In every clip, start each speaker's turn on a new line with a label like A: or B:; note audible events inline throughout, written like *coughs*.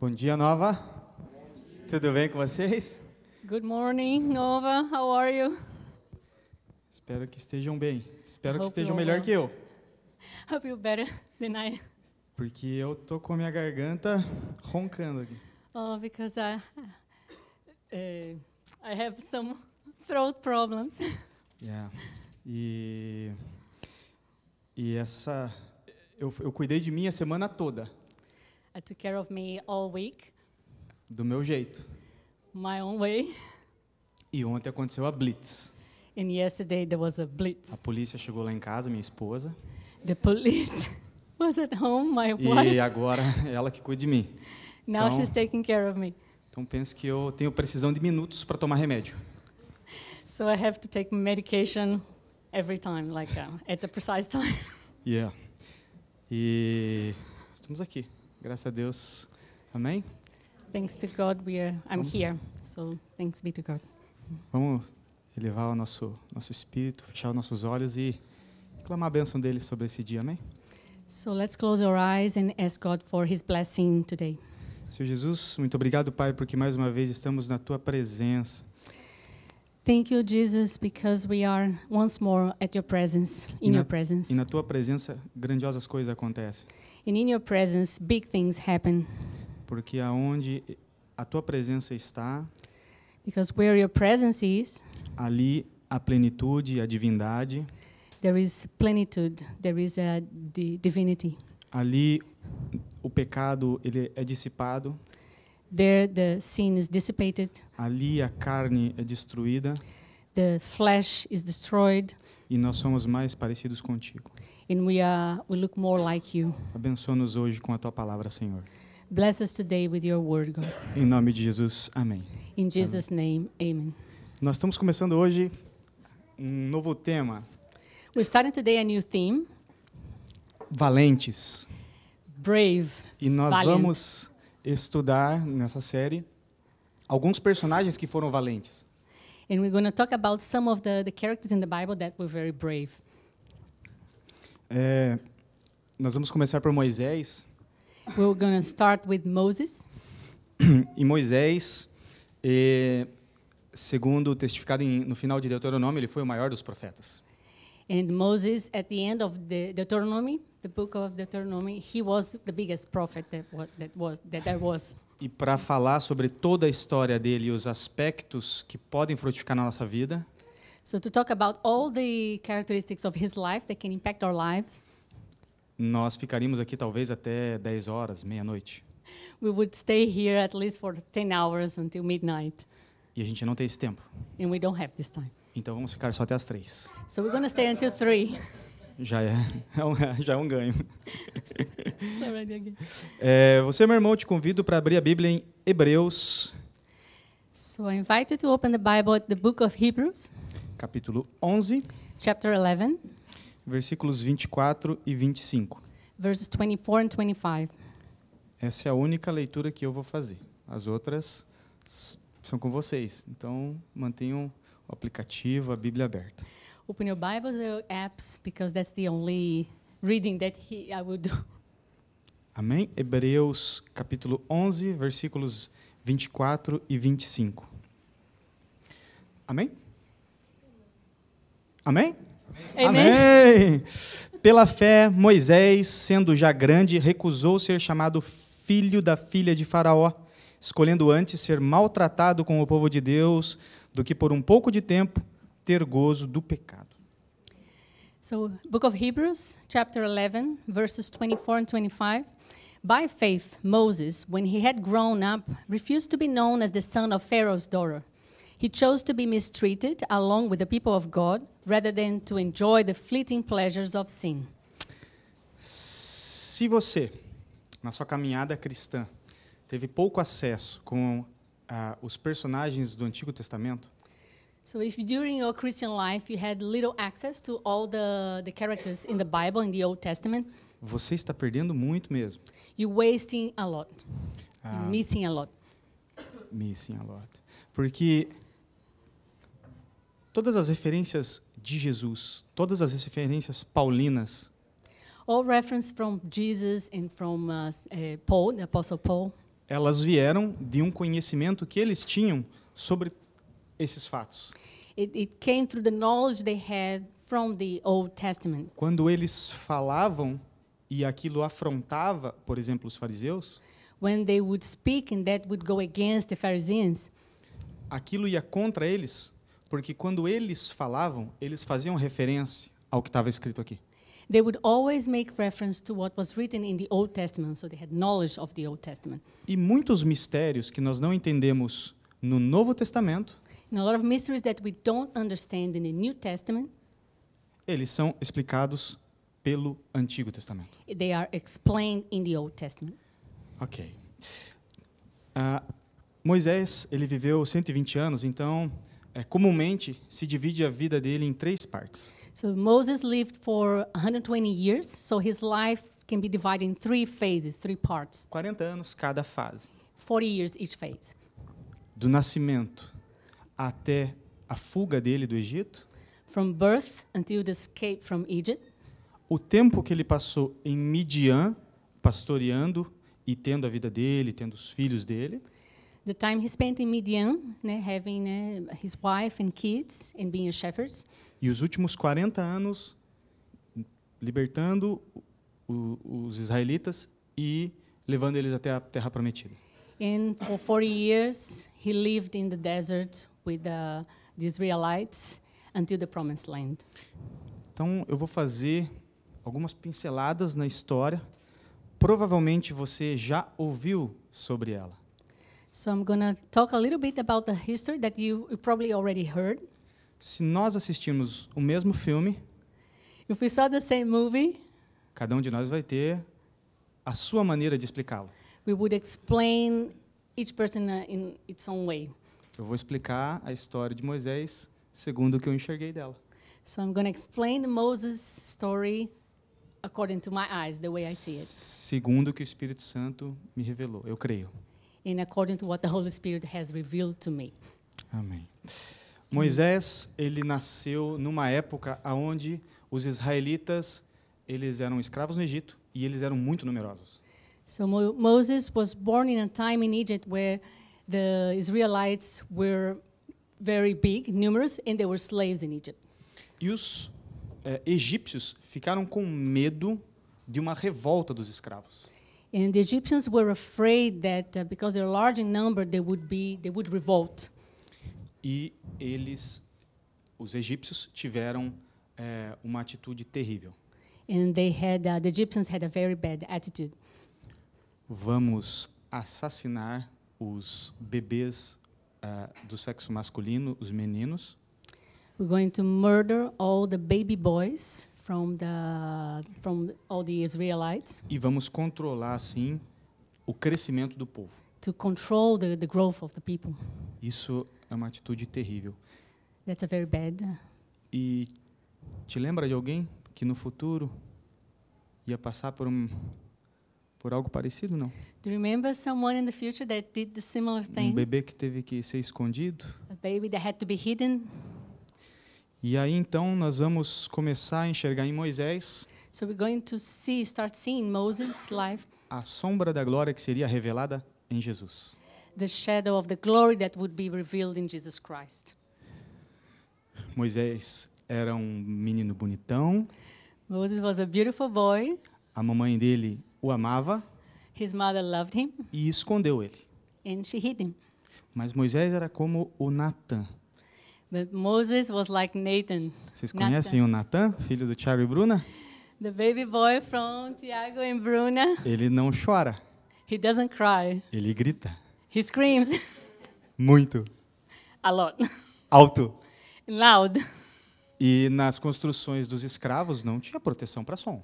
A: Bom dia, Nova. Tudo bem com vocês?
B: Good morning, Nova. How are you?
A: Espero que estejam bem. Espero que
B: Hope
A: estejam
B: you're
A: melhor
B: well.
A: que eu,
B: Hope you're better than I.
A: porque eu tô com a minha garganta roncando aqui.
B: Oh, because I, eh, I have some throat problems.
A: Yeah. E e essa eu, eu cuidei de mim a semana toda,
B: I took care of me all week,
A: do meu jeito.
B: my own way.
A: E ontem aconteceu a blitz.
B: And yesterday there was a
A: A
B: blitz.
A: polícia chegou lá em casa, minha esposa,
B: The police *laughs* was at home. My
A: e
B: wife.
A: agora *laughs* é ela que cuida de mim.
B: Now
A: então-
B: she's taking care of me.
A: Então penso que eu tenho precisão de minutos para tomar remédio.
B: So I have to take medication every time, like uh, at the precise time.
A: Yeah. E estamos aqui. Graças a Deus. Amém?
B: thanks to God, we are. I'm here. So thanks be to God.
A: Vamos elevar o nosso, nosso espírito, fechar os nossos olhos e clamar a bênção dele sobre esse dia, amém?
B: So let's close our eyes and ask God for his blessing today.
A: Senhor Jesus, muito obrigado, Pai, porque mais uma vez estamos na tua presença.
B: Thank you, Jesus, because we are once more at your presence, in
A: Ina-
B: your presence.
A: E na tua presença, grandiosas coisas acontecem.
B: and in your presence, big things happen.
A: Porque aonde a tua presença está,
B: Because where your presence is,
A: ali a plenitude, a divindade,
B: there is plenitude, there is a di- divinity.
A: ali o pecado ele é dissipado,
B: There, the sin is dissipated,
A: ali a carne é destruída.
B: the flesh is destroyed,
A: e nós somos mais parecidos contigo.
B: and we, are, we look more like you.
A: Abençoa-nos hoje com a tua palavra, Senhor.
B: Bless us today with your word, God.
A: Em nome de Jesus, amém.
B: In Jesus' name, amen.
A: Nós estamos começando hoje um novo tema:
B: We're starting today a new theme
A: valentes.
B: brave.
A: E nós
B: Valiant.
A: vamos estudar nessa série alguns personagens que foram valentes.
B: And we're going to talk about some of the, the characters in the Bible that were very brave.
A: É, nós vamos começar por Moisés.
B: We're going to start with Moses.
A: E Moisés, é, segundo testificado em- no final de Deuteronômio, ele foi o maior dos profetas.
B: And Moses, at the end of the Deuteronomy, the book of Deuteronomy, he was the biggest prophet that was, that was, that there was.
A: E para falar sobre toda a história dele e os aspectos que podem frutificar na nossa vida,
B: So to talk about all the characteristics of his life that can impact our lives,
A: nós ficaríamos aqui talvez até 10 horas, meia-noite.
B: we would stay here at least for 10 hours until midnight.
A: E a gente não tem esse tempo.
B: And we don't have this time.
A: Então vamos ficar só até as três.
B: So we're going to stay until 3.
A: Já é, *laughs* é um, já é um ganho.
B: It's already again.
A: É, você, meu irmão, te convido para abrir a Bíblia em Hebreus,
B: So I invite you to open the Bible at the book of Hebrews,
A: capítulo 11,
B: chapter 11,
A: versículos 24 e 25.
B: verses 24 and 25.
A: Essa é a única leitura que eu vou fazer. As outras s- são com vocês. Então mantenham o aplicativo, a Bíblia aberta.
B: Open your Bibles or your apps because that's the only reading that he, I will do.
A: Amém? Hebreus capítulo 11, versículos 24 e 25. Amém? Amém?
B: Amen.
A: Amém! Pela fé, Moisés, sendo já grande, recusou ser chamado filho da filha de Faraó, escolhendo antes ser maltratado com o povo de Deus do que por um pouco de tempo ter gozo do pecado.
B: So, book of Hebrews, chapter 11, verses 24 and 25. By faith, Moses, when he had grown up, refused to be known as the son of Pharaoh's daughter. He chose to be mistreated along with the people of God rather than to enjoy the fleeting pleasures of sin.
A: Se você, na sua caminhada cristã, teve pouco acesso com ah, os personagens do Antigo Testamento,
B: So, if during your Christian life you had little access to all the, the characters in the Bible, in the Old Testament,
A: você está perdendo muito mesmo.
B: you're wasting a lot, you're missing a lot.
A: Missing a lot. Porque todas as referências de Jesus, todas as referências paulinas,
B: All reference from Jesus and from uh, s- uh, Paul, the Apostle Paul,
A: elas vieram de um conhecimento que eles tinham sobre esses fatos.
B: It, it came through the knowledge they had from the Old Testament.
A: Quando eles falavam e aquilo afrontava, por exemplo, os fariseus,
B: When they would speak and that would go against the Pharisees,
A: aquilo ia contra eles, porque quando eles falavam, eles faziam referência ao que estava escrito aqui.
B: they would always make reference to what was written in the Old Testament, so they had knowledge of the Old Testament.
A: E muitos mistérios que nós não entendemos no Novo Testamento,
B: And a lot of mysteries that we don't understand in the New Testament,
A: eles são explicados pelo Antigo Testamento.
B: they are explained in the Old Testament.
A: Ok. Ah, Moisés, ele viveu 120 anos, então é, comumente se divide a vida dele em três partes.
B: So Moses lived for 120 years, so his life can be divided in three phases, three parts,
A: 40 anos cada fase,
B: 40 years each phase.
A: do nascimento até a fuga dele do Egito,
B: From birth until the escape from Egypt,
A: o tempo que ele passou em Midian, pastoreando e tendo a vida dele, tendo os filhos dele,
B: the time he spent in Midian, né, having uh, his wife and kids and being a shepherd,
A: e os últimos 40 anos libertando o- os israelitas e levando eles até a terra prometida.
B: and for 40 years he lived in the desert with uh, the Israelites until the promised land.
A: Então, eu vou fazer algumas pinceladas na história. Provavelmente você já ouviu sobre ela.
B: So I'm going to talk a little bit about the history that you, you probably already heard.
A: Se nós assistirmos o mesmo filme,
B: If we saw the same movie,
A: cada um de nós vai ter a sua maneira de explicá-lo.
B: we would explain each person uh, in its own way.
A: Eu vou explicar a história de Moisés segundo o que eu enxerguei dela.
B: So I'm going to explain the Moses story according to my eyes, the way I see it,
A: Segundo o que o Espírito Santo me revelou, eu creio.
B: and according to what the Holy Spirit has revealed to me.
A: Amém. Hum. Moisés, ele nasceu numa época onde os israelitas, eles eram escravos no Egito e eles eram muito numerosos.
B: So Mo- Moses was born in a time in Egypt where the Israelites were very big, numerous, and they were slaves in Egypt.
A: E os eh, egípcios ficaram com medo de uma revolta dos escravos.
B: And the Egyptians were afraid that uh, because they're large in number, they would be they would revolt.
A: E eles, os egípcios, tiveram eh, uma atitude terrível.
B: And they had uh, the Egyptians had a very bad attitude.
A: Vamos assassinar os bebês ah, do sexo masculino, os meninos,
B: We're going to murder all the baby boys from the from all the Israelites
A: e vamos controlar, assim, o crescimento do povo.
B: to control the, the growth of the people.
A: Isso é uma atitude terrível.
B: That's a very bad. uh,
A: E te lembra de alguém que no futuro ia passar por um por algo parecido, não?
B: Do you remember someone in the future that did the similar
A: Um
B: thing?
A: bebê que teve que ser escondido.
B: a baby that had to be hidden.
A: E aí então nós vamos começar a enxergar em Moisés
B: So we're going to see, start seeing Moses' life,
A: a sombra da glória que seria revelada em Jesus.
B: the shadow of the glory that would be revealed in Jesus Christ.
A: Moisés era um menino bonitão,
B: Moses was a beautiful boy.
A: a mamãe dele o amava
B: His mother loved him,
A: e escondeu ele.
B: and she hid him.
A: Mas Moisés era como o Natan.
B: But Moses was like Nathan,
A: Vocês
B: Natan.
A: conhecem o Natan, filho do Tiago e Bruna?
B: the baby boy from Tiago and Bruna.
A: Ele não chora,
B: He doesn't cry.
A: ele grita
B: He screams *laughs*
A: muito
B: a lot, *laughs*
A: alto.
B: loud.
A: E nas construções dos escravos não tinha proteção para som.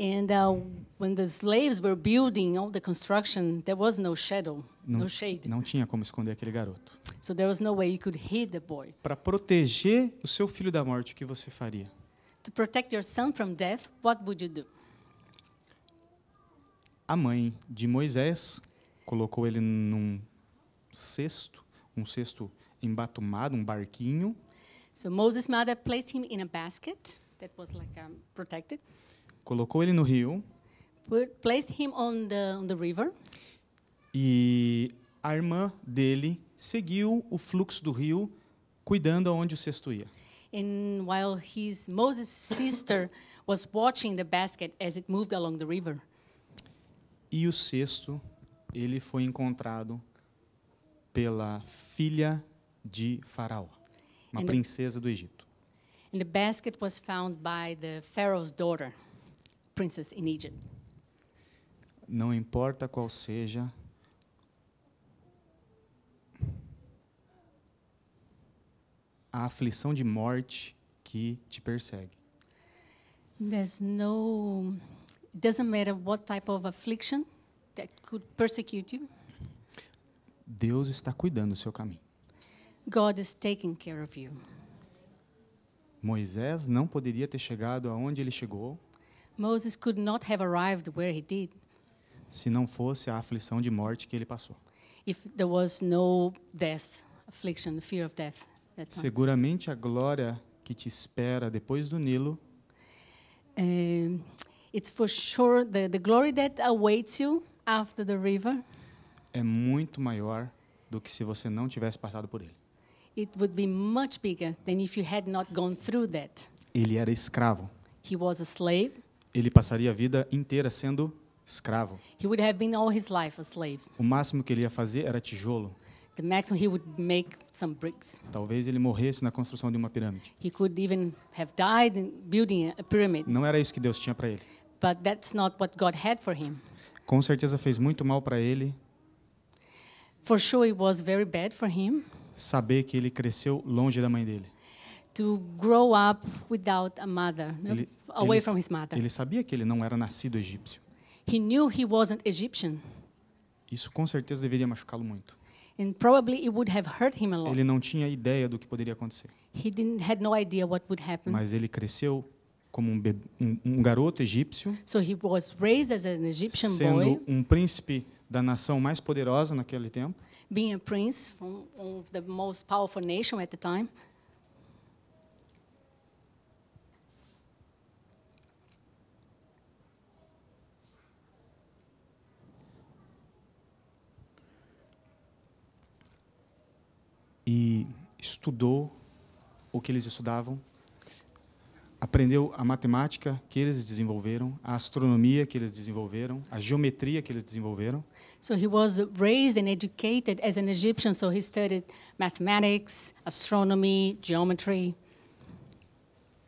B: And uh, when the slaves were building all the construction, there was no shadow, no shade.
A: Não tinha como esconder aquele garoto.
B: So there was no way you could hit the boy.
A: Para proteger o seu filho da morte, o que você faria?
B: To protect your son from death, what would you do?
A: A mãe de Moisés colocou ele num cesto, um cesto embatumado, um barquinho,
B: So Moses' mother placed him in a basket that was like um, protected,
A: colocou ele no rio
B: put, placed him on the, on the river,
A: E a irmã dele seguiu o fluxo do rio, cuidando aonde o cesto ia.
B: And while his Moses' sister was watching the basket as it moved along the river,
A: E o cesto, ele foi encontrado pela filha de Faraó, uma
B: Ele-
A: princesa do Egito.
B: and the basket was found by the Pharaoh's daughter, princess in Egypt.
A: Não importa qual seja. A aflição de morte que te persegue.
B: There's no, it doesn't matter what type of affliction that could persecute you,
A: Deus está cuidando do seu caminho.
B: God is taking care of you.
A: Moisés não poderia ter chegado aonde ele chegou
B: Moses could not have arrived where he did
A: se não fosse a aflição de morte que ele passou.
B: if there was no death, affliction, fear of death. That time.
A: Seguramente a glória que te espera depois do Nilo
B: Um, it's for sure the, the glory that awaits you after the river.
A: é muito maior do que se você não tivesse passado por ele.
B: It would be much bigger than if you had not gone through that.
A: Ele era escravo.
B: He was a slave.
A: Ele passaria a vida inteira sendo escravo.
B: He would have been all his life a slave.
A: O máximo que ele ia fazer era tijolo.
B: The maximum he would make some bricks.
A: Talvez ele morresse na construção de uma pirâmide.
B: He could even have died in building a pyramid,
A: Não era isso que Deus tinha para ele.
B: but that's not what God had for him.
A: Com certeza fez muito mal para ele
B: For sure, it was very bad for him
A: saber que ele cresceu longe da mãe dele.
B: to grow up without a mother, no?
A: Ele,
B: away
A: ele-
B: from his mother.
A: Ele sabia que ele não era nascido egípcio.
B: He knew he wasn't Egyptian,
A: Isso com certeza deveria machucá-lo muito.
B: and probably it would have hurt him a lot.
A: Ele não tinha ideia do que poderia acontecer,
B: He didn't had no idea what would happen.
A: mas ele cresceu como um, be- um- um garoto egípcio,
B: so he was raised as an Egyptian boy,
A: sendo um príncipe da nação mais poderosa naquele tempo.
B: being a prince from one of the most powerful nation at the time.
A: e estudou o que eles estudavam, aprendeu a matemática que eles desenvolveram, a astronomia que eles desenvolveram, a geometria que eles desenvolveram,
B: So he was raised and educated as an Egyptian. So he studied mathematics, astronomy, geometry.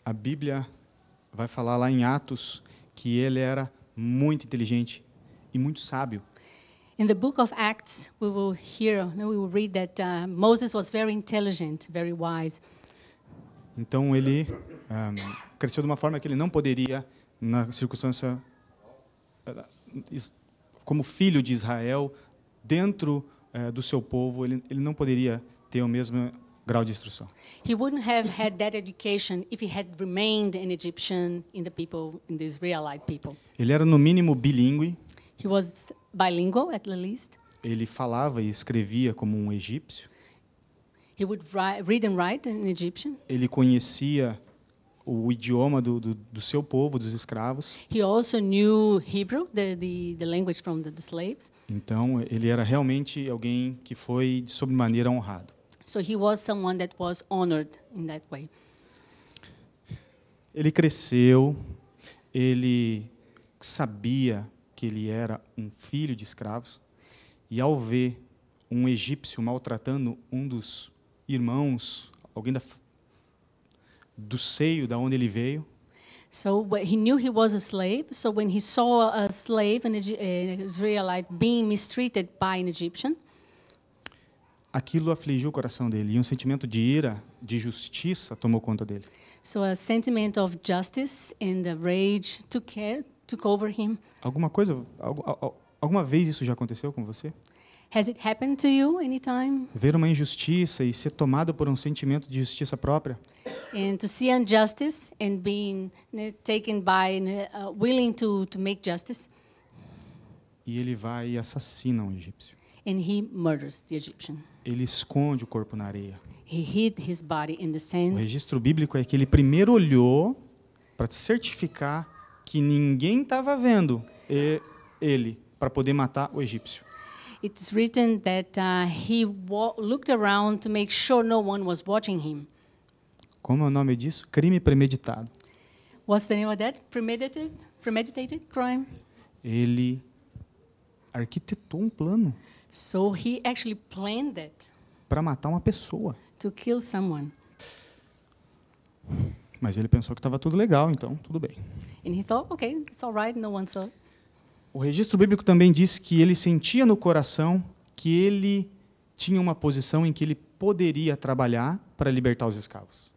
A: a Bíblia vai falar lá em Atos que ele era muito inteligente e muito sábio.
B: In the book of Acts, we will hear, no, we will read that uh, Moses was very intelligent, very wise.
A: Então ele ahm, cresceu de uma forma que ele não poderia na circunstância eh, is- como filho de Israel dentro eh, do seu povo, ele, ele não poderia ter o mesmo grau de instrução.
B: He wouldn't have had that education if he had remained an Egyptian in the people, in the Israelite people.
A: Ele era no mínimo bilíngue,
B: He was bilingual at the least.
A: ele falava e escrevia como um egípcio,
B: He would write, read and write in Egyptian.
A: ele conhecia o idioma do, do, do seu povo, dos escravos,
B: He also knew Hebrew, the, the, the language from the, the slaves.
A: então ele era realmente alguém que foi de sobremaneira honrado.
B: So he was someone that was honored in that way.
A: Ele cresceu, ele sabia que ele era um filho de escravos, e ao ver um egípcio maltratando um dos irmãos, alguém da, f- do seio da onde ele veio,
B: So wh- he knew he was a slave. So when he saw a slave, an Egy- an Israelite, being mistreated by an Egyptian,
A: aquilo afligiu o coração dele, e um sentimento de ira, de justiça tomou conta dele.
B: so a sentiment of justice and a rage took care, took over him.
A: Alguma coisa, algu- al- al- alguma vez isso já aconteceu com você?
B: Has it happened to you anytime?
A: Ver uma injustiça e ser tomado por um sentimento de justiça própria?
B: And to see injustice and being né, taken by, né, uh, willing to, to make justice,
A: E ele vai e assassina um egípcio.
B: and he murders the Egyptian.
A: Ele esconde o corpo na areia.
B: He hid his body in the
A: O
B: sand.
A: registro bíblico é que ele primeiro olhou para certificar que ninguém estava vendo e- ele para poder matar o egípcio.
B: it's written that uh, he wa- looked around to make sure no one was watching him.
A: Como é o nome disso? Crime premeditado.
B: What's the name of that? Premeditated, premeditated crime.
A: Ele arquitetou um plano
B: So he actually planned it
A: para matar uma pessoa.
B: to kill someone,
A: Mas ele pensou que estava tudo legal, então tudo bem.
B: and he thought, okay, it's all right, no one saw.
A: O registro bíblico também diz que ele sentia no coração que ele tinha uma posição em que ele poderia trabalhar para libertar os escravos.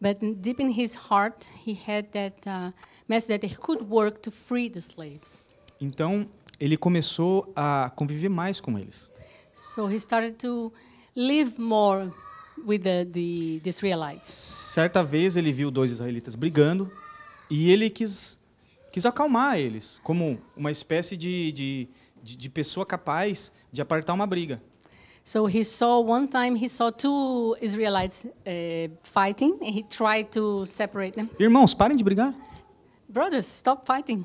B: But in- deep in his heart, he had that uh, message that he could work to free the slaves.
A: Então, ele começou a conviver mais com eles.
B: So he started to live more with the, the, the Israelites.
A: Certa vez ele viu dois israelitas brigando e ele quis, quis acalmar eles, como uma espécie de, de, de, de pessoa capaz de apartar uma briga.
B: So he saw one time he saw two Israelites uh, fighting, and he tried to separate them.
A: Irmãos, parem de brigar.
B: Brothers, stop fighting.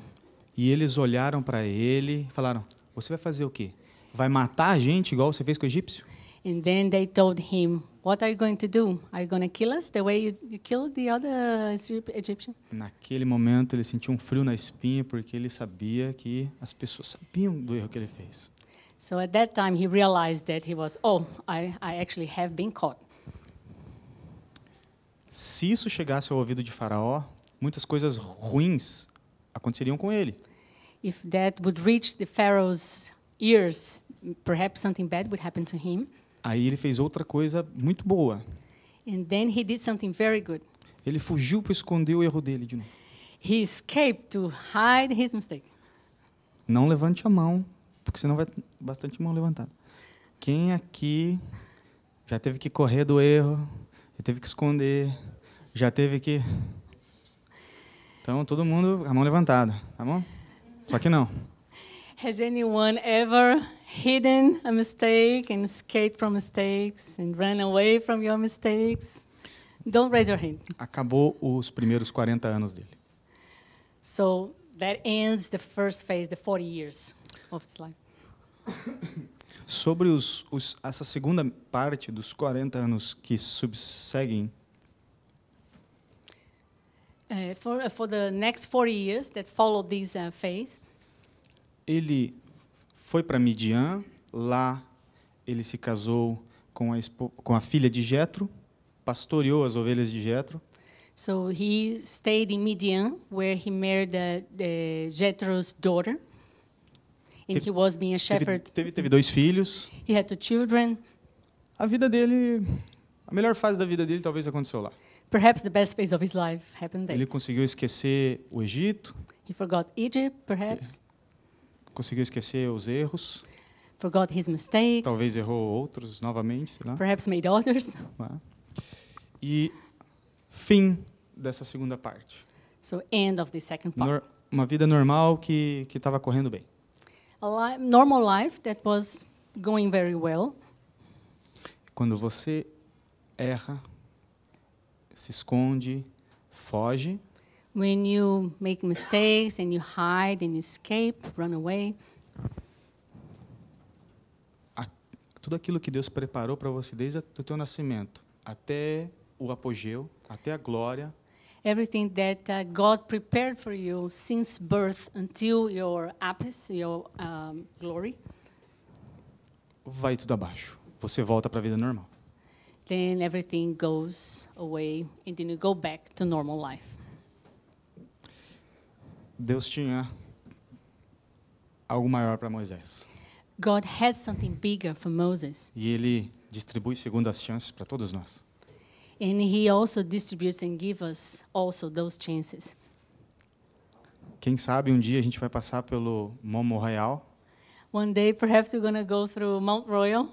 A: E eles olharam para ele e falaram: Você vai fazer o quê? Vai matar a gente igual você fez com o egípcio?
B: And then they told him, "What are you going to do? Are you going to kill us the way you, you killed the other Egypt- Egyptian?"
A: Naquele momento ele sentiu um frio na espinha porque ele sabia que as pessoas sabiam do erro que ele fez.
B: So at that time he realized that he was, "Oh, I, I actually have been caught."
A: Se isso chegasse ao ouvido de Faraó, muitas coisas ruins aconteceriam com ele.
B: If that would reach the Pharaoh's ears, perhaps something bad would happen to him.
A: Aí ele fez outra coisa muito boa.
B: And then he did something very good.
A: Ele fugiu para esconder o erro dele de novo.
B: He escaped to hide his mistake.
A: Não levante a mão, porque senão vai bastante mão levantada. Quem aqui já teve que correr do erro, já teve que esconder, já teve que. Então todo mundo a mão levantada, tá bom? Só que não.
B: Has anyone ever hidden a mistake and escaped from mistakes and ran away from your mistakes? Don't raise your hand.
A: Acabou os primeiros 40 anos dele.
B: So that ends the first phase, the 40 years of his life.
A: Sobre os, os, essa segunda parte dos 40 anos que subseguem,
B: Uh, for, uh, for the next 40 years that followed this uh, phase,
A: ele foi para Midian, lá ele se casou com a, espo- com a filha de Jetro, pastoreou as ovelhas de Jetro,
B: so he stayed in Midian where he married uh, uh, Jethro's daughter. And
A: Teve-
B: he was being a
A: teve,
B: shepherd.
A: teve, teve dois filhos.
B: He had two children.
A: A vida dele, a melhor fase da vida dele talvez aconteceu lá.
B: Perhaps the best phase of his life happened there.
A: Ele conseguiu esquecer o Egito,
B: He forgot Egypt, perhaps.
A: conseguiu esquecer os erros,
B: forgot his mistakes,
A: talvez errou outros novamente, sei lá.
B: perhaps made others. *laughs*
A: Né? E fim dessa segunda parte.
B: So end of the second part.
A: Nor- uma vida normal que que estava correndo bem.
B: a li- normal life that was going very well.
A: Quando você erra, se esconde, foge,
B: When you make mistakes and you hide and escape, run away,
A: a- tudo aquilo que Deus preparou para você desde o teu nascimento até o apogeu, até a glória,
B: everything that uh, God prepared for you since birth until your apis, your um, glory,
A: vai tudo abaixo. Você volta para a vida normal.
B: then everything goes away and then you go back to normal life.
A: Deus tinha algo maior para Moisés.
B: God had something bigger for Moses,
A: E ele distribui segundas chances para todos nós.
B: and he also distributes and gives us also those chances.
A: Quem sabe um dia a gente vai passar pelo Momo Royal
B: One day, perhaps we're going to go through Mount Royal,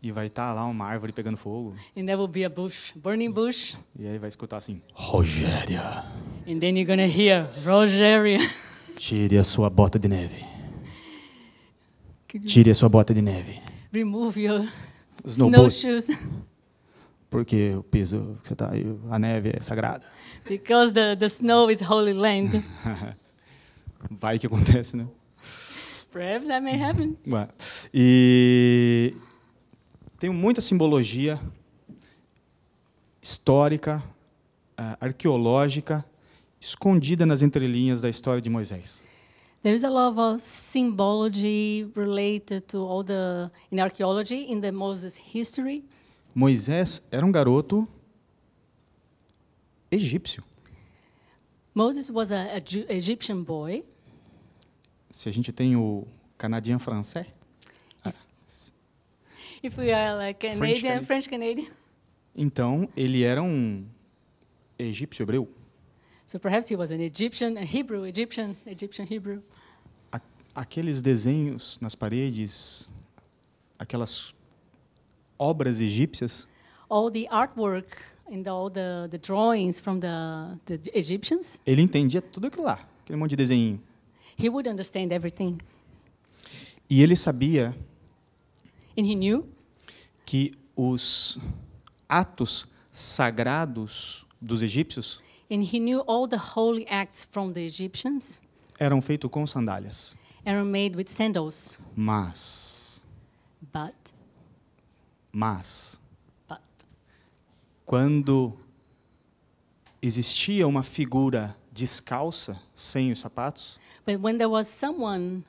A: e vai estar lá uma árvore pegando fogo.
B: and there will be a bush, burning bush,
A: E aí vai escutar assim: Rogéria,
B: and then you're going to hear *laughs* Rogeria.
A: tire a sua bota de neve. Tire a sua bota de neve.
B: Remove your
A: Snowboard.
B: snowshoes *laughs*
A: Porque o piso que você tá aí, a neve é *laughs* sagrada.
B: because
A: Mm.
B: the, the snow is holy land.
A: Vai que acontece, né?
B: Perhaps that may happen.
A: Ué. E tem muita simbologia histórica, ah, arqueológica, escondida nas entrelinhas da história de Moisés.
B: There is a lot of uh, symbology related to all the in archaeology in the Moses history.
A: Moisés era um garoto egípcio.
B: Moses was a, a Ju- Egyptian boy.
A: Se a gente tem o canadiano francês,
B: If we are like Canadian,
A: Canadian.
B: French Canadian,
A: então ele era um egípcio hebreu.
B: so perhaps he was an Egyptian, a Hebrew Egyptian, Egyptian Hebrew.
A: A- Aqueles desenhos nas paredes, aquelas obras egípcias,
B: All the artwork and all the, the drawings from the, the Egyptians,
A: ele entendia tudo aquilo lá, aquele monte de desenho.
B: he would understand everything,
A: E ele sabia
B: and he knew
A: que os atos sagrados dos egípcios
B: And he knew all the holy acts from the Egyptians
A: eram feitos com sandálias.
B: and were made with sandals.
A: Mas,
B: But,
A: mas,
B: but,
A: quando existia uma figura descalça, sem os sapatos,
B: but when there was someone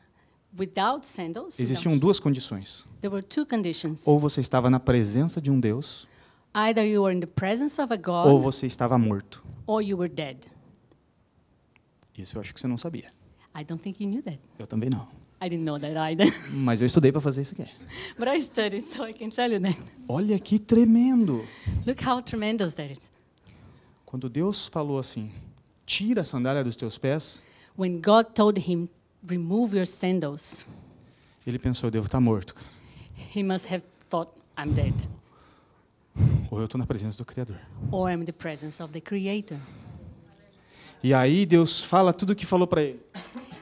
B: without sandals,
A: existiam duas condições.
B: there were two conditions.
A: Ou você estava na presença de um Deus,
B: Either you were in the presence of a God
A: ou você estava morto.
B: or you were dead.
A: Isso eu acho que você não sabia.
B: I don't think you knew that.
A: Eu também não.
B: I didn't know that either. *laughs*
A: Mas eu estudei para fazer isso aqui.
B: but I studied, so I can tell you that.
A: Olha que tremendo!
B: Look how tremendous that is.
A: Quando Deus falou assim: tira a sandália dos teus pés,
B: When God told him, remove your sandals,
A: ele pensou: eu devo estar morto, cara.
B: he must have thought, I'm dead,
A: ou eu estou na presença do Criador.
B: or I'm in the presence of the Creator.
A: E aí Deus fala tudo o que falou para ele.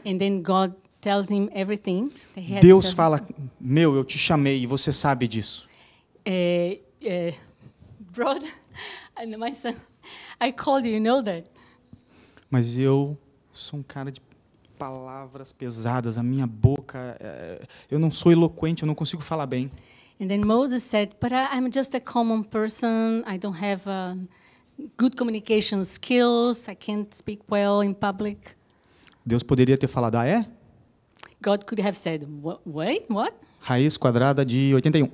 B: And then God tells him everything. That he had
A: Deus
B: to-
A: fala: meu, eu te chamei e você sabe disso.
B: Eh, eh, Brod, *laughs* and my son, I called you, you know that.
A: Mas eu sou um cara de palavras pesadas, a minha boca, é, eu não sou eloquente, eu não consigo falar bem.
B: And then Moses said, But I, I'm just a common person. I don't have uh, good communication skills. I can't speak well in public.
A: Deus poderia ter falado: ah, é?
B: God could have said, "Wha- Wait, what?
A: Raiz quadrada de 81.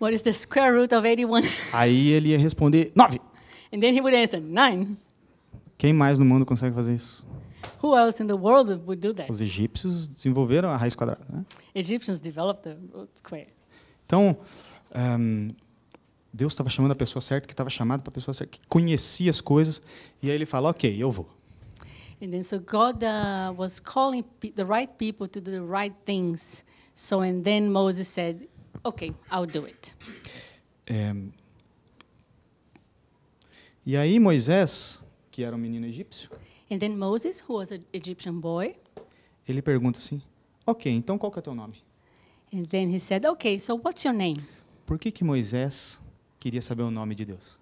B: What is the square root of 81? *laughs*
A: Aí ele ia responder: nove.
B: and then he would answer, Nine.
A: Quem mais no mundo consegue fazer isso?
B: Who else in the world would do that?
A: Os egípcios desenvolveram a raiz quadrada. Né?
B: Egyptians developed the root square.
A: Então, ehm, Deus estava chamando a pessoa certa, que estava chamada para a pessoa certa, que conhecia as coisas, e aí ele fala: Ok, eu vou.
B: And then so God uh, was calling pe- the right people to do the right things. So and then Moses said, "Okay, I'll do it."
A: Ehm, e aí Moisés, que era um menino egípcio,
B: And then Moses, who was an Egyptian boy,
A: ele pergunta assim: Ok, então qual que é o teu nome?
B: and then he said, "Okay, so what's your name?"
A: Por que, que Moisés queria saber o nome de Deus?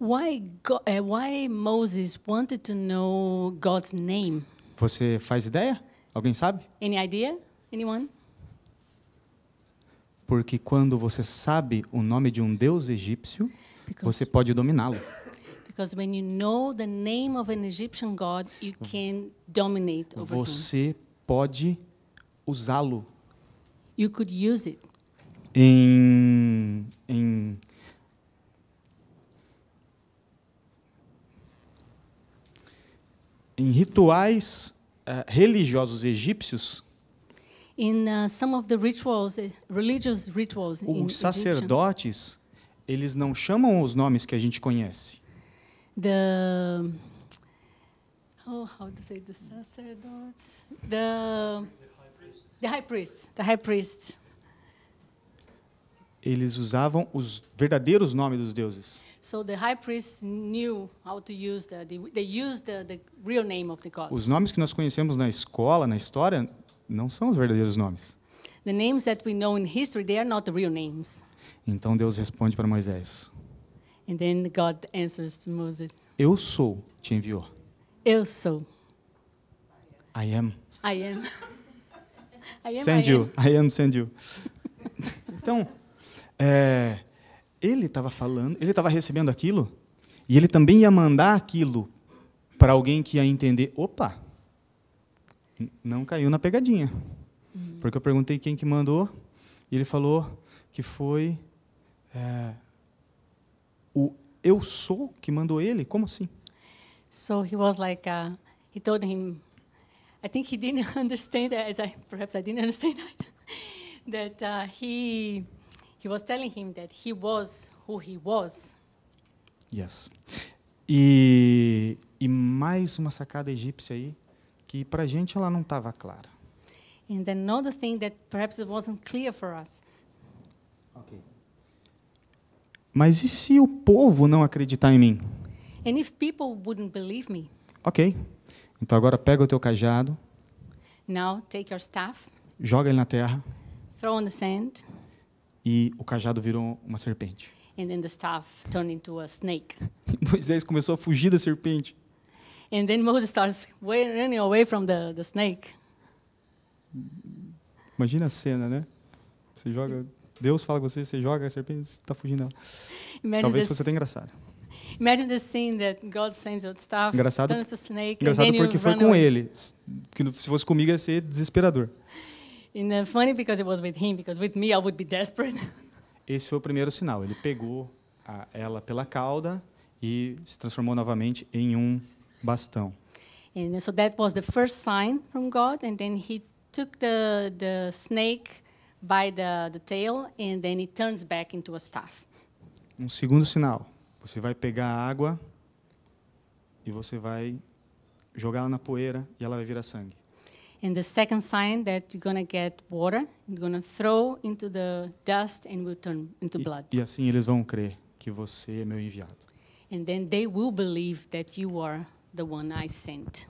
B: Why go- uh, why Moses wanted to know God's name?
A: Você faz ideia? Alguém sabe?
B: Any idea? Anyone?
A: Porque quando você sabe o nome de um deus egípcio,
B: Because
A: você pode dominá-lo.
B: because when you know the name of an Egyptian god, you can dominate over him.
A: Você pode usá-lo
B: You could use it.
A: em, em em rituais eh, religiosos egípcios,
B: In uh, some of the rituals, uh, religious rituals in
A: os
B: Egyptian,
A: sacerdotes eles não chamam os nomes que a gente conhece.
B: the oh, how to say the sacerdotes, the the high priest, the high priest.
A: Eles usavam os verdadeiros nomes dos deuses.
B: So the high priest knew how to use the they, they used the, the real name of the gods.
A: Os nomes que nós conhecemos na escola, na história, não são os verdadeiros nomes.
B: The names that we know in history, they are not the real names.
A: Então Deus responde para Moisés:
B: And then God answers to Moses,
A: Eu sou, te enviou.
B: "Eu sou,
A: I am.
B: I am." *laughs* I am,
A: Send
B: I am.
A: you. I am send you. Então, é, ele estava falando, ele estava recebendo aquilo, e ele também ia mandar aquilo para alguém que ia entender. Opa, n- não caiu na pegadinha. Porque eu perguntei quem que mandou, e ele falou que foi é, o eu sou que mandou ele. Como assim?
B: So he was like, uh, he told him, I think he didn't *laughs* understand as I perhaps I didn't *laughs* understand that uh, he he was telling him that he was who he was.
A: Yes. E, e mais uma sacada egípcia aí, que para a gente ela não estava clara.
B: And then another thing that perhaps it wasn't clear for us.
A: Mas e se o povo não acreditar em mim?
B: And if people wouldn't believe me,
A: Ok. Então agora pega o teu cajado,
B: now take your staff,
A: joga ele na terra
B: throw on the sand,
A: e o cajado virou uma serpente. *laughs*
B: and then the staff turned into a snake.
A: E Moisés começou a fugir da serpente.
B: And then Moses starts wa- running away from the, the snake.
A: Imagina a cena, né? Você joga, Deus fala com você, você joga a serpente, você está fugindo dela.
B: Imagine
A: Talvez
B: this-
A: fosse até engraçado.
B: Imagine the scene that God sends your staff,
A: Engraçado-
B: turns to snake,
A: Engraçado
B: and then
A: porque
B: you
A: foi
B: run
A: com
B: away.
A: ele. Que se fosse comigo ia ser desesperador.
B: And uh, funny because it was with him, because with me I would be desperate. *laughs*
A: Esse foi o primeiro sinal. Ele pegou a- ela pela cauda e se transformou novamente em um bastão.
B: and uh, so that was the first sign from God, and then he took the, the snake by the, the tail, and then it turns back into a staff.
A: Um segundo sinal. Você vai pegar a água e você vai jogar ela na poeira e ela vai virar sangue.
B: And the second sign that you're gonna get water, you're gonna throw into the dust and will turn into
A: E,
B: blood.
A: e assim eles vão crer que você é meu enviado.
B: And then they will believe that you are the one I sent.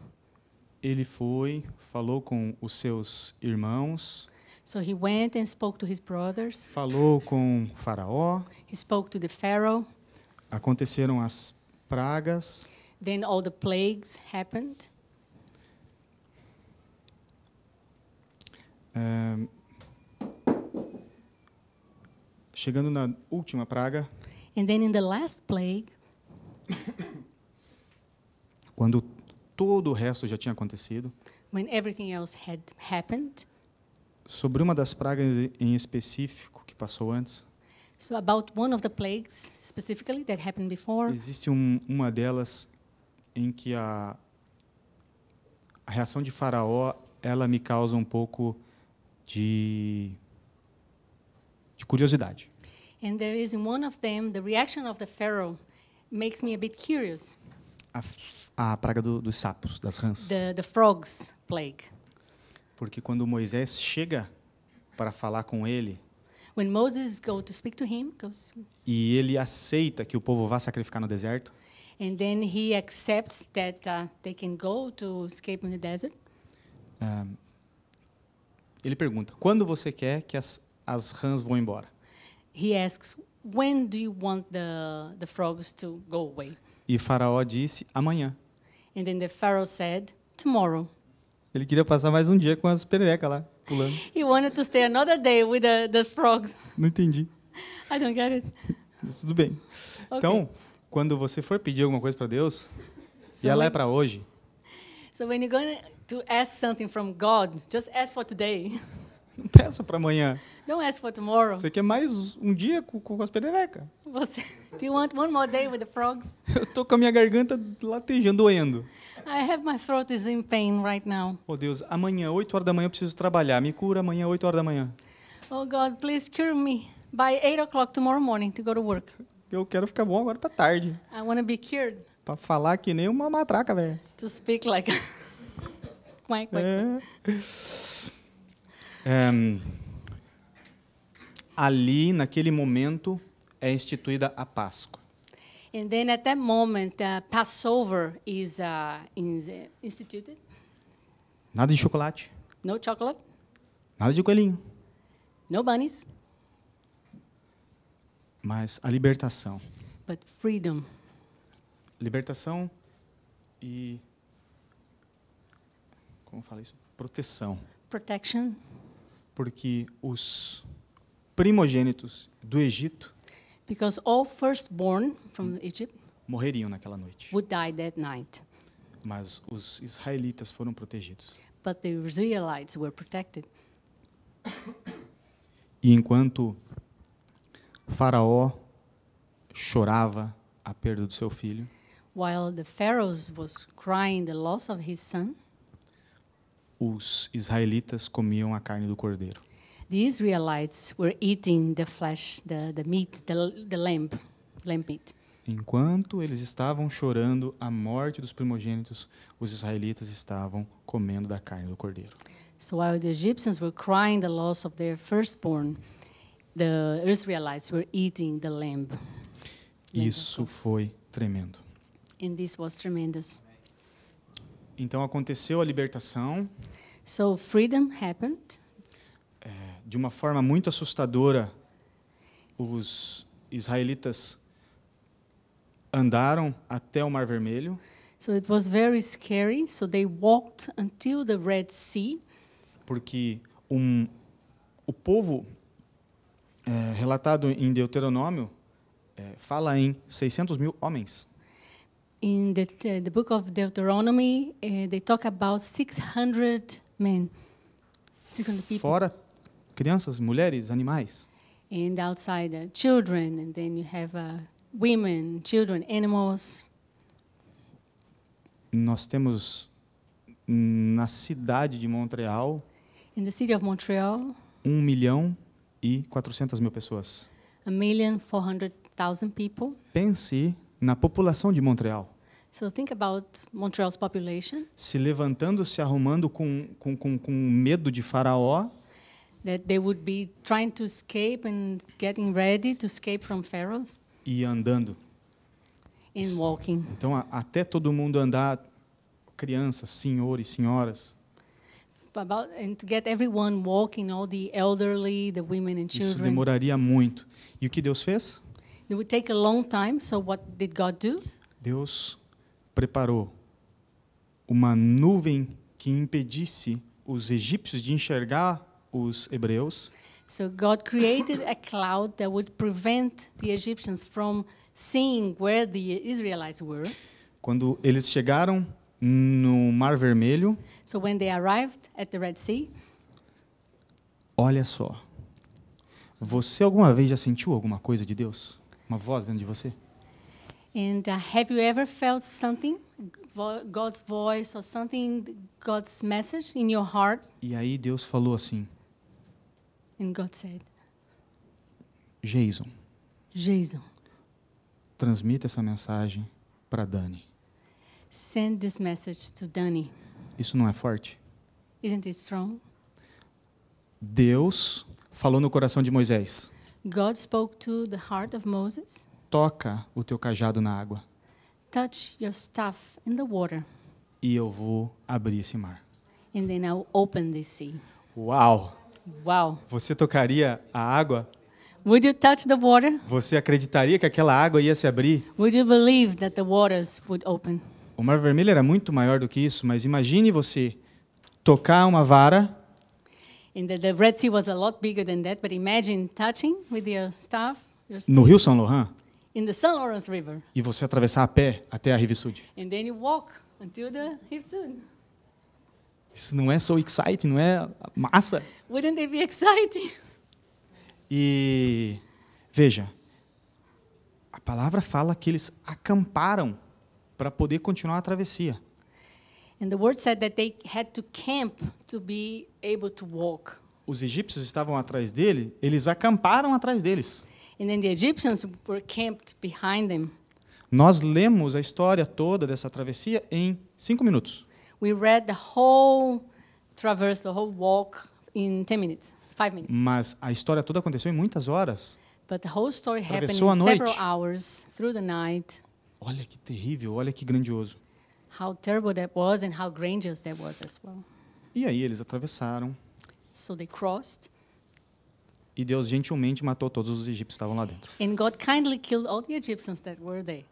A: Ele foi, falou com os seus irmãos,
B: So he went and spoke to his brothers.
A: falou com o faraó,
B: He spoke to the Pharaoh.
A: aconteceram as pragas,
B: Then all the plagues happened.
A: É, Chegando na última praga,
B: And then in the last plague,
A: quando todo o resto já tinha acontecido,
B: when everything else had happened,
A: sobre uma das pragas em específico que passou antes,
B: so about one of the plagues specifically that happened before,
A: existe um, uma delas em que a, a reação de Faraó ela me causa um pouco de, de curiosidade.
B: and there is in one of them, the reaction of the Pharaoh makes me a bit curious.
A: A, f- a praga do- dos sapos, das rãs.
B: The, the frogs plague.
A: Porque quando Moisés chega para falar com ele,
B: When Moses go to speak to him, goes,
A: e ele aceita que o povo vá sacrificar no deserto,
B: and then he accepts that uh, they can go to escape in the desert.
A: ah, ele pergunta: quando você quer que as, as rãs vão embora?
B: He asks, when do you want the, the frogs to go away?
A: E Faraó disse: amanhã.
B: And then the Pharaoh said, tomorrow.
A: Ele queria passar mais um dia com as pererecas lá, pulando.
B: He wanted to stay another day with the, the frogs. *laughs*
A: Não entendi.
B: I don't get it.
A: Mas tudo bem.
B: Ok.
A: Então, quando você for pedir alguma coisa para Deus,
B: So
A: e ela é
B: when,
A: para hoje, *laughs*
B: so when you're going to ask something from God, just ask for today. *laughs*
A: não peça para amanhã.
B: Don't ask for tomorrow. *laughs*
A: Você quer mais um dia com, com as pererecas. *laughs*
B: Você- do you want one more day with the frogs?
A: Eu tô com a minha garganta latejando, doendo.
B: I have my throat is in pain right now.
A: Oh, Deus, amanhã, 8 horas da manhã, eu preciso trabalhar. Me cura amanhã, 8 horas da manhã.
B: Oh God, please cure me by 8 o'clock tomorrow morning to go to work.
A: Eu quero ficar bom agora pra tarde.
B: I want to be cured
A: Pra falar que nem uma matraca, velho.
B: to speak like. *laughs* quack, quack.
A: *laughs* É. Em, ali, naquele momento, é instituída a Páscoa.
B: And then at that moment, uh, Passover is, uh, is uh, instituted.
A: Nada de chocolate,
B: No chocolate,
A: nada de coelhinho,
B: no bunnies,
A: mas a libertação.
B: but freedom.
A: Libertação e. Como fala isso? Proteção.
B: protection
A: porque os primogênitos do Egito
B: because all firstborn from Egypt
A: morreriam naquela noite.
B: would die that night.
A: Mas os israelitas foram protegidos.
B: But the Israelites were protected.
A: E enquanto Faraó chorava a perda do seu filho,
B: While the Pharaohs was crying the loss of his son,
A: os israelitas comiam a carne do cordeiro.
B: the Israelites were eating the flesh, the, the meat, the, the lamb, lamb meat.
A: Enquanto eles estavam chorando a morte dos primogênitos, os israelitas estavam comendo da carne do cordeiro.
B: So while the Egyptians were crying the loss of their firstborn, the Israelites were eating the lamb.
A: Isso foi tremendo.
B: And this was tremendous.
A: Então aconteceu a libertação
B: So freedom happened.
A: de uma forma muito assustadora. Os israelitas andaram até o Mar Vermelho
B: So it was very scary. So they walked until the Red Sea
A: porque um, o povo é, relatado em Deuteronômio é, fala em 600 mil homens.
B: In the, uh, the book of Deuteronomy, uh, they talk about 600 men, 600 people,
A: Fora crianças, mulheres, animais.
B: and outside uh, children, and then you have uh, women, children, animals.
A: Nós temos hum, na cidade de Montreal
B: In the city of Montreal,
A: 1 milhão e 400 mil pessoas.
B: a million four hundred thousand people.
A: Pense na população de Montreal
B: So think about Montreal's population
A: se levantando, se arrumando com, com, com, com medo de Faraó
B: that they would be trying to escape and getting ready to escape from pharaohs
A: e andando.
B: and walking.
A: Então, a- até todo mundo andar, crianças, senhores, senhoras,
B: About, and to get everyone walking, all the elderly, the women and
A: isso
B: children.
A: demoraria muito. E o que Deus fez?
B: It would take a long time. So what did God do?
A: Deus preparou uma nuvem que impedisse os egípcios de enxergar os hebreus
B: So God created a cloud that would prevent the Egyptians from seeing where the Israelites were.
A: quando eles chegaram no Mar Vermelho.
B: So when they arrived at the Red Sea,
A: Olha só. Você alguma vez já sentiu alguma coisa de Deus? Uma voz dentro de você?
B: and uh, have you ever felt something, vo- God's voice or something, God's message in your heart?
A: E aí Deus falou assim:
B: And God said,
A: Jason,
B: "Jesus,
A: transmita essa mensagem para Dani.
B: send this message to Danny.
A: Isso não é forte?
B: Isn't it strong?"
A: Deus falou no coração de Moisés:
B: God spoke to the heart of Moses,
A: toca o teu cajado na água
B: "Touch your staff in the water."
A: e eu vou abrir esse mar.
B: and then I'll open the sea.
A: Uau!
B: Wow.
A: Você tocaria a água?
B: Would you touch the water?
A: Você acreditaria que aquela água ia se abrir?
B: Would you believe that the waters would open?
A: O Mar Vermelho era muito maior do que isso, mas imagine você tocar uma vara
B: And the, the Red Sea was a lot bigger than that, but imagine touching with your staff your
A: no
B: stick,
A: Rio São Laurent
B: in the St. Lawrence River.
A: e você atravessar a pé até a Rivisud.
B: And then you walk until the Hipsun.
A: Isso não é so exciting, não é massa?
B: Wouldn't it be *laughs* exciting?
A: E veja, a palavra fala que eles acamparam para poder continuar a travessia.
B: And the word said that they had to camp to be able to walk.
A: Os egípcios estavam atrás dele, eles acamparam atrás deles.
B: And then the Egyptians were camped behind them.
A: Nós lemos a história toda dessa travessia em cinco minutos.
B: We read the whole traverse, the whole walk in 10 minutes, five minutes.
A: Mas a história toda aconteceu em muitas horas.
B: But the whole story happened in
A: Atravessou a noite.
B: several hours through the night.
A: Olha que terrível, olha que grandioso.
B: How terrible that was, and how grandiose that was as well.
A: E aí eles atravessaram
B: So they crossed,
A: e Deus gentilmente matou todos os egípcios que estavam lá dentro.
B: and God kindly killed all the Egyptians that were there,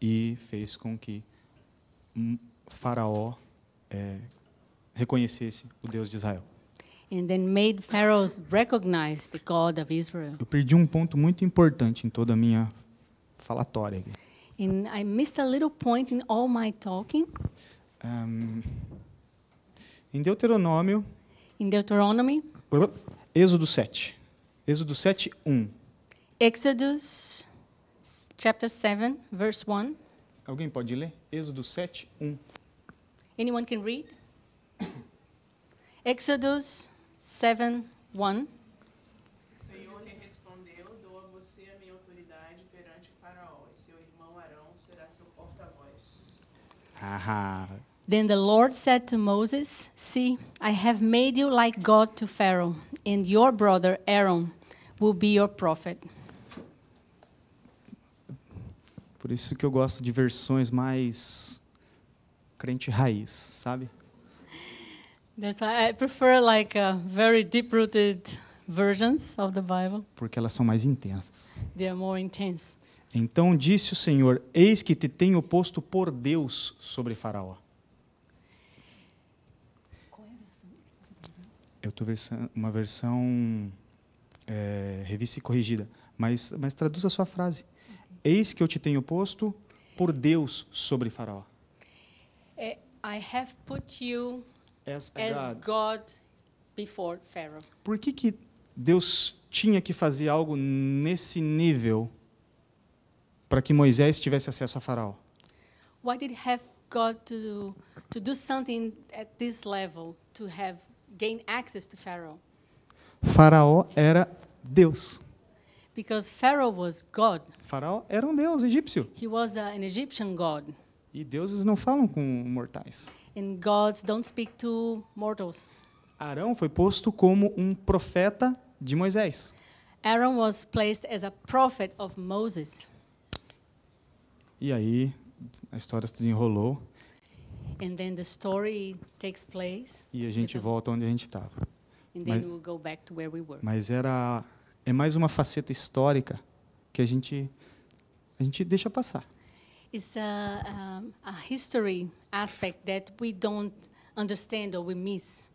A: e fez com que é, um Faraó eh, reconhecesse o Deus de Israel.
B: and then made Pharaoh recognize the God of Israel.
A: Eu perdi um ponto muito importante em toda a minha falatória. aqui.
B: And I missed a little point in all my talking.
A: Ahm, em Deuteronômio,
B: In Deuteronomy,
A: Êxodo 7. Êxodo um. 7, 1.
B: Exodus chapter 7, verse 1.
A: Alguém pode ler? Êxodo um. 7, 1.
B: Anyone can read? *coughs* Exodus 7, 1.
C: O Senhor lhe respondeu: Dou a você a minha autoridade perante o Faraó, e seu irmão Arão será seu porta-voz.
A: Ah,
B: Then the Lord said to Moses, See, I have made you like God to Pharaoh, and your brother Aaron will be your prophet.
A: por isso que eu gosto de versões mais crente raiz, sabe?
B: That's why I prefer like uh, very deep rooted versions of the Bible,
A: Porque elas são mais intensas.
B: they are more intense.
A: Então disse o Senhor: Eis que te tenho posto por Deus sobre Faraó. Eu estou versando uma versão é, revista e corrigida, mas, mas traduz a sua frase. Eis que eu te tenho posto por Deus sobre Faraó.
B: Eh, I have put you
A: As a
B: as
A: God.
B: God before Pharaoh.
A: Por que, que Deus tinha que fazer algo nesse nível para que Moisés tivesse acesso a Faraó?
B: Why did have God to do, to do something at this level to have gain access to Pharaoh?
A: Faraó era Deus.
B: Because Pharaoh was God.
A: Faraó era um deus egípcio.
B: He was uh, an Egyptian god,
A: E deuses não falam com mortais.
B: and gods don't speak to mortals.
A: Arão foi posto como um profeta de Moisés.
B: Aaron was placed as a prophet of Moses,
A: E aí a história se desenrolou
B: and then the story takes place,
A: e a gente volta onde a gente estava.
B: and then
A: Mas-
B: we'll go back to where we were.
A: Mas era é mais uma faceta histórica que a gente a gente deixa passar.
B: It's a, um, a history aspect that we don't understand or we miss.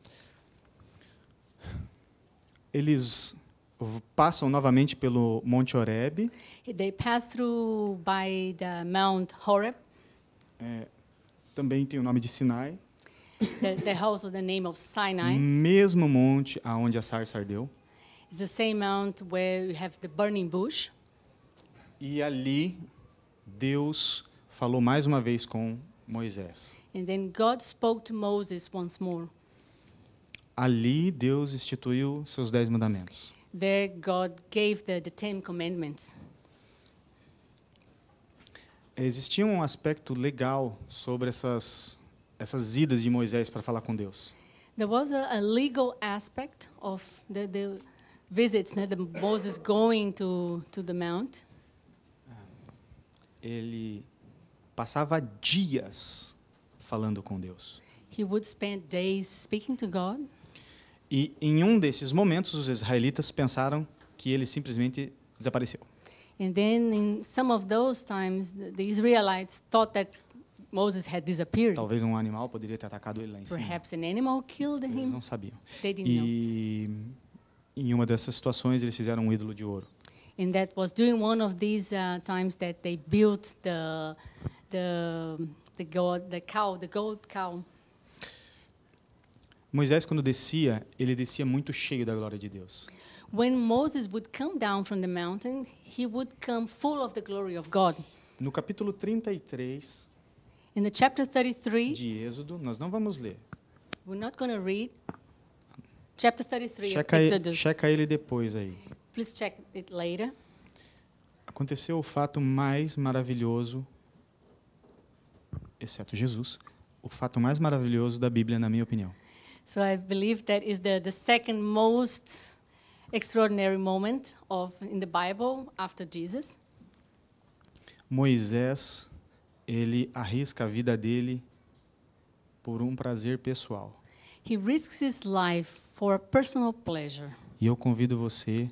A: Eles v- passam novamente pelo Monte Horebe.
B: They passed through by the Mount Horeb.
A: é, também tem o nome de Sinai.
B: There- There's also the name of Sinai.
A: Mm. Mesmo monte aonde a sarça ardeu.
B: It's the same mount where you have the burning bush.
A: E ali Deus falou mais uma vez com Moisés.
B: And then God spoke to Moses once more.
A: Ali Deus instituiu seus dez mandamentos.
B: There, God gave the, the Ten Commandments.
A: Existia um aspecto legal sobre essas essas idas de Moisés para falar com Deus.
B: There was a, a legal aspect of the, the visits that the Moses going to, to the mount.
A: Ele passava dias falando com Deus.
B: He would spend days speaking to God.
A: E em um desses momentos os israelitas pensaram que ele simplesmente desapareceu.
B: And then, in some of those times, the, the Israelites thought that Moses had disappeared.
A: Talvez um animal poderia ter atacado ele lá em cima.
B: Perhaps an animal killed
A: Eles
B: him.
A: não sabiam.
B: They didn't know.
A: E em uma dessas situações eles fizeram um ídolo de ouro.
B: And that was during one of these uh, times that they built the the the god the cow the gold cow.
A: Moisés quando descia, ele descia muito cheio da glória de Deus.
B: When Moses would come down from the mountain, he would come full of the glory of God.
A: No capítulo 33
B: In the chapter 33,
A: de Êxodo, nós não vamos ler.
B: we're not going to read chapter 33
A: Checa,
B: of
A: e-
B: Exodus.
A: checa ele depois aí.
B: Please check it later.
A: Aconteceu o fato mais maravilhoso, exceto Jesus, o fato mais maravilhoso da Bíblia, na minha opinião.
B: So I believe that is the, the second most extraordinary moment of in the Bible after Jesus.
A: Moisés, ele arrisca a vida dele por um prazer pessoal.
B: He risks his life for a personal pleasure.
A: E eu convido você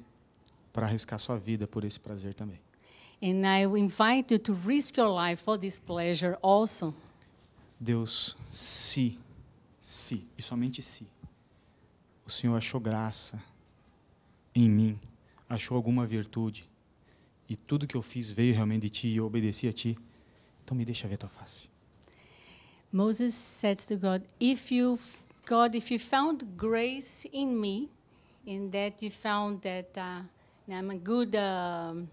A: para arriscar sua vida por esse prazer também.
B: And I invite you to risk your life for this pleasure also.
A: Deus, se, se, e somente se, o Senhor achou graça em mim, achou alguma virtude, e tudo que eu fiz veio realmente de ti e eu obedeci a ti, então me deixa ver tua face.
B: Moses says to God, "If you, God, if you found grace in me, in that you found that uh, I'm a good, um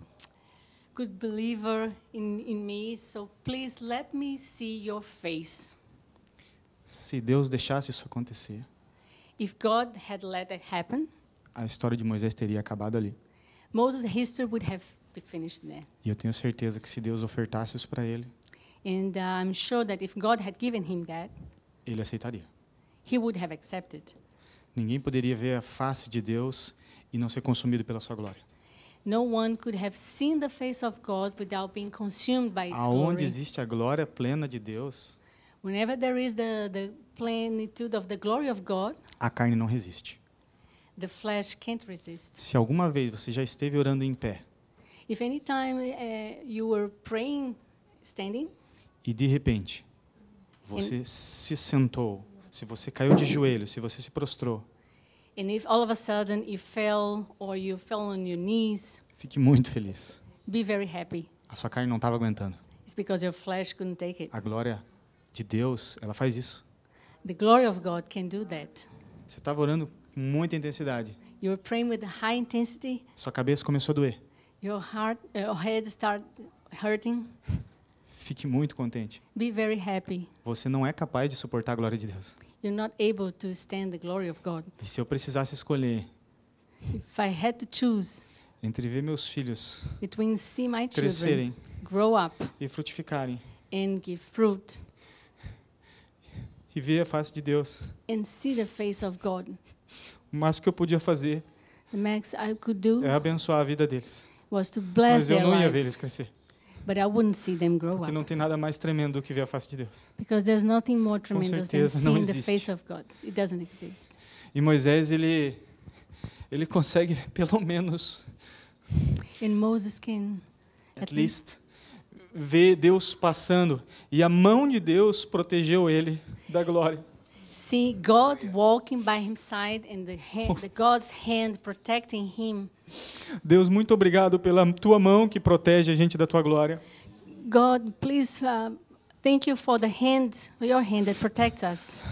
B: good believer in, in me, so please let me see your face."
A: Se Deus deixasse isso acontecer,
B: If God had let that happen,
A: a história de Moisés teria acabado ali.
B: Moses' history would have been finished there.
A: E eu tenho certeza que se Deus ofertasse isso para ele,
B: And uh, I'm sure that if God had given him that,
A: ele aceitaria.
B: he would have accepted.
A: Ninguém poderia ver a face de Deus e não ser consumido pela sua glória.
B: No one could have seen the face of God without being consumed by its
A: Aonde
B: glory.
A: existe a glória plena de Deus,
B: Whenever there is the, the plenitude of the glory of God,
A: a carne não resiste.
B: the flesh can't resist.
A: Se alguma vez você já esteve orando em pé
B: If any time uh, you were praying standing
A: e de repente você se sentou, se você caiu de joelho, se você se prostrou,
B: and if all of a sudden you fell or you fell on your knees,
A: fique muito feliz.
B: be very happy.
A: A sua carne não estava aguentando.
B: It's because your flesh couldn't take it.
A: A glória de Deus, ela faz isso.
B: The glory of God can do that.
A: Você estava orando com muita intensidade.
B: You were praying with high intensity,
A: Sua cabeça começou a doer.
B: your heart, uh, your head start hurting.
A: Fique muito contente.
B: Be very happy.
A: Você não é capaz de suportar a glória de Deus.
B: You're not able to stand the glory of God.
A: E se eu precisasse escolher
B: If I had to choose
A: entre ver meus filhos
B: between see my children
A: crescerem
B: grow up
A: e frutificarem
B: and give fruit
A: e ver a face de Deus,
B: and see the face of God,
A: o máximo que eu podia fazer
B: the max I could do
A: é abençoar a vida deles.
B: was to
A: Mas
B: bless
A: eu
B: their
A: não ia ver eles
B: lives,
A: crescer,
B: but I wouldn't see them grow
A: porque
B: up
A: não tem nada mais tremendo do que ver a face de Deus.
B: because there's nothing more tremendous than
A: certeza não
B: seeing the
A: existe.
B: face of God. It doesn't exist.
A: E Moisés, ele ele consegue *laughs* pelo menos
B: And Moses can,
A: at
B: At
A: least ver Deus passando e a mão de Deus protegeu ele da glória.
B: see God walking by his side and the, hand, the God's hand protecting him.
A: Deus, muito obrigado pela tua mão que protege a gente da tua glória.
B: God, please uh, thank you for the hand, your hand that protects us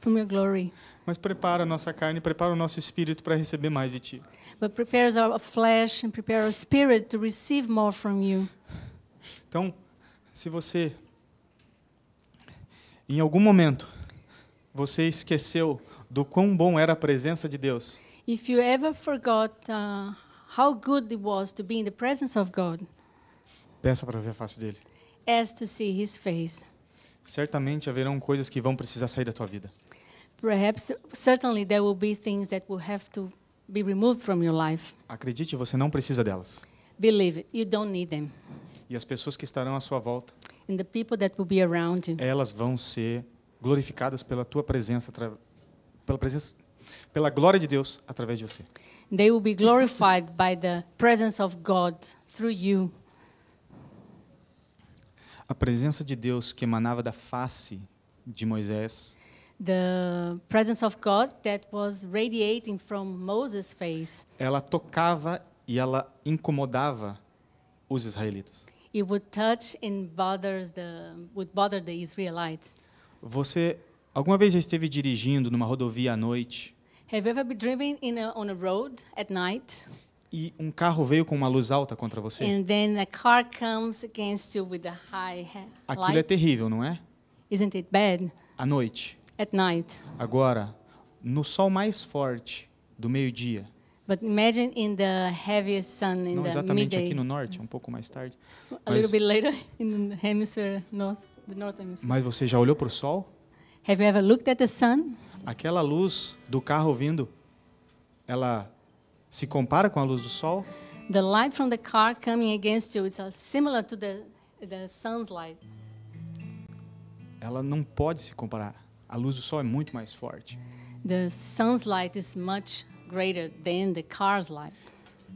B: from your glory,
A: Mas prepara a nossa carne, prepara o nosso espírito para receber mais de ti.
B: but prepares our flesh and prepare our spirit to receive more from you.
A: Então, se você em algum momento você esqueceu do quão bom era a presença de Deus,
B: If you ever forgot uh, how good it was to be in the presence of God,
A: peça para ver a face dele.
B: as to see His face,
A: Certamente haverão coisas que vão precisar sair da tua vida.
B: perhaps certainly there will be things that will have to be removed from your life.
A: Acredite, você não precisa delas.
B: Believe it, you don't need them,
A: E as pessoas que estarão à sua volta,
B: and the people that will be around you.
A: elas vão ser glorificadas pela tua presença, atra- pela presença, pela glória de Deus através de você.
B: They will be glorified by the presence of God through you.
A: A presença de Deus que emanava da face de Moisés
B: The presence of God that was radiating from Moses' face,
A: ela tocava e ela incomodava os israelitas.
B: it would touch and bothers the would bother the Israelites.
A: Você alguma vez já esteve dirigindo numa rodovia à noite
B: Have you ever been driving in a, on a road at night
A: e um carro veio com uma luz alta contra você?
B: and then a car comes against you with a high ha-
A: Aquilo é
B: light?
A: terrível, não é?
B: Isn't it bad
A: À noite.
B: at night?
A: Agora, no sol mais forte do meio-dia,
B: But imagine in the heaviest sun in
A: não
B: the
A: exatamente
B: midday,
A: aqui no norte, um pouco mais tarde,
B: a
A: mas,
B: little bit later in the hemisphere north, the north hemisphere.
A: mas você já olhou para o sol?
B: Have you ever looked at the sun?
A: Aquela luz do carro vindo, ela se compara com a luz do sol?
B: The light from the car coming against you is uh, similar to the, the sun's light.
A: Ela não pode se comparar. A luz do sol é muito mais forte.
B: The sun's light is much greater than the car's light.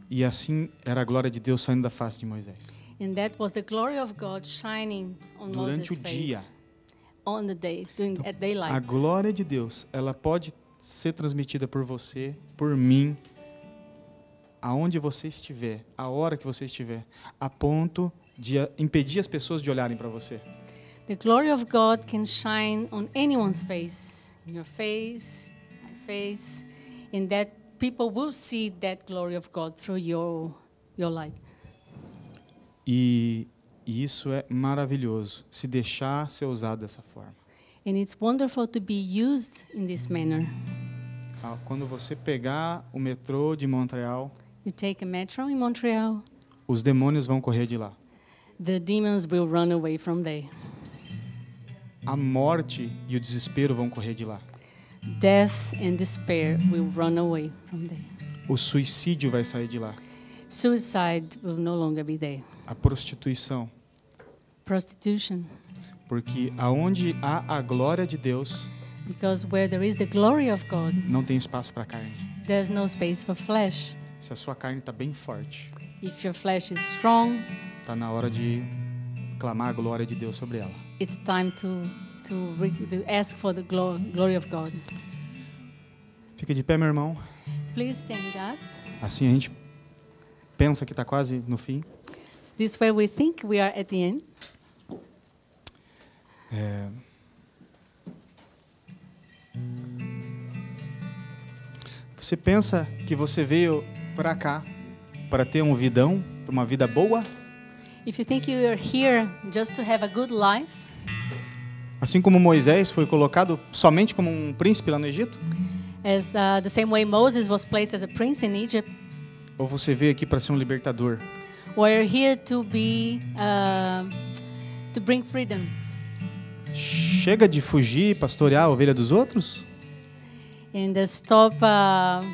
A: E assim era a glória de Deus saindo da face de Moisés.
B: And that was the glory of God shining on
A: Durante o
B: Moses'
A: dia,
B: face on the day, during, at
A: a
B: daylight.
A: glória de Deus, ela pode ser transmitida por você, por mim, aonde você estiver, a hora que você estiver, a ponto de ah, impedir as pessoas de olharem para você.
B: The glory of God can shine on anyone's face, in your face, my face, and that people will see that glory of God through your your light.
A: E, e isso é maravilhoso, se deixar ser usado dessa forma.
B: And it's wonderful to be used in this manner.
A: Ah, Quando você pegar o metrô de Montreal,
B: You take a metro in Montreal,
A: os demônios vão correr de lá.
B: the demons will run away from there.
A: A morte e o desespero vão correr de lá.
B: Death and despair will run away from there.
A: O suicídio vai sair de lá.
B: Suicide will no longer be there.
A: A prostituição.
B: Prostitution,
A: Porque aonde há a glória de Deus,
B: because where there is the glory of God,
A: não tem espaço para carne.
B: there's no space for flesh.
A: Se a sua carne está bem forte,
B: If your flesh is strong,
A: está na hora de clamar a glória de Deus sobre ela.
B: it's time to to, re- to ask for the glo- glory of God.
A: Fica de pé, meu irmão.
B: Please stand up.
A: Assim a gente pensa que está quase no fim.
B: This way we think we are at the end.
A: É. Você pensa que você veio para cá para ter um vidão, para uma vida boa?
B: If you think you are here just to have a good life,
A: Assim como Moisés foi colocado somente como um príncipe lá no Egito?
B: as uh, the same way Moses was placed as a prince in Egypt,
A: Ou você veio aqui para ser um libertador?
B: or you're here to be um to bring freedom.
A: Chega de fugir, e pastorear a ovelha dos outros?
B: and uh, stop uh,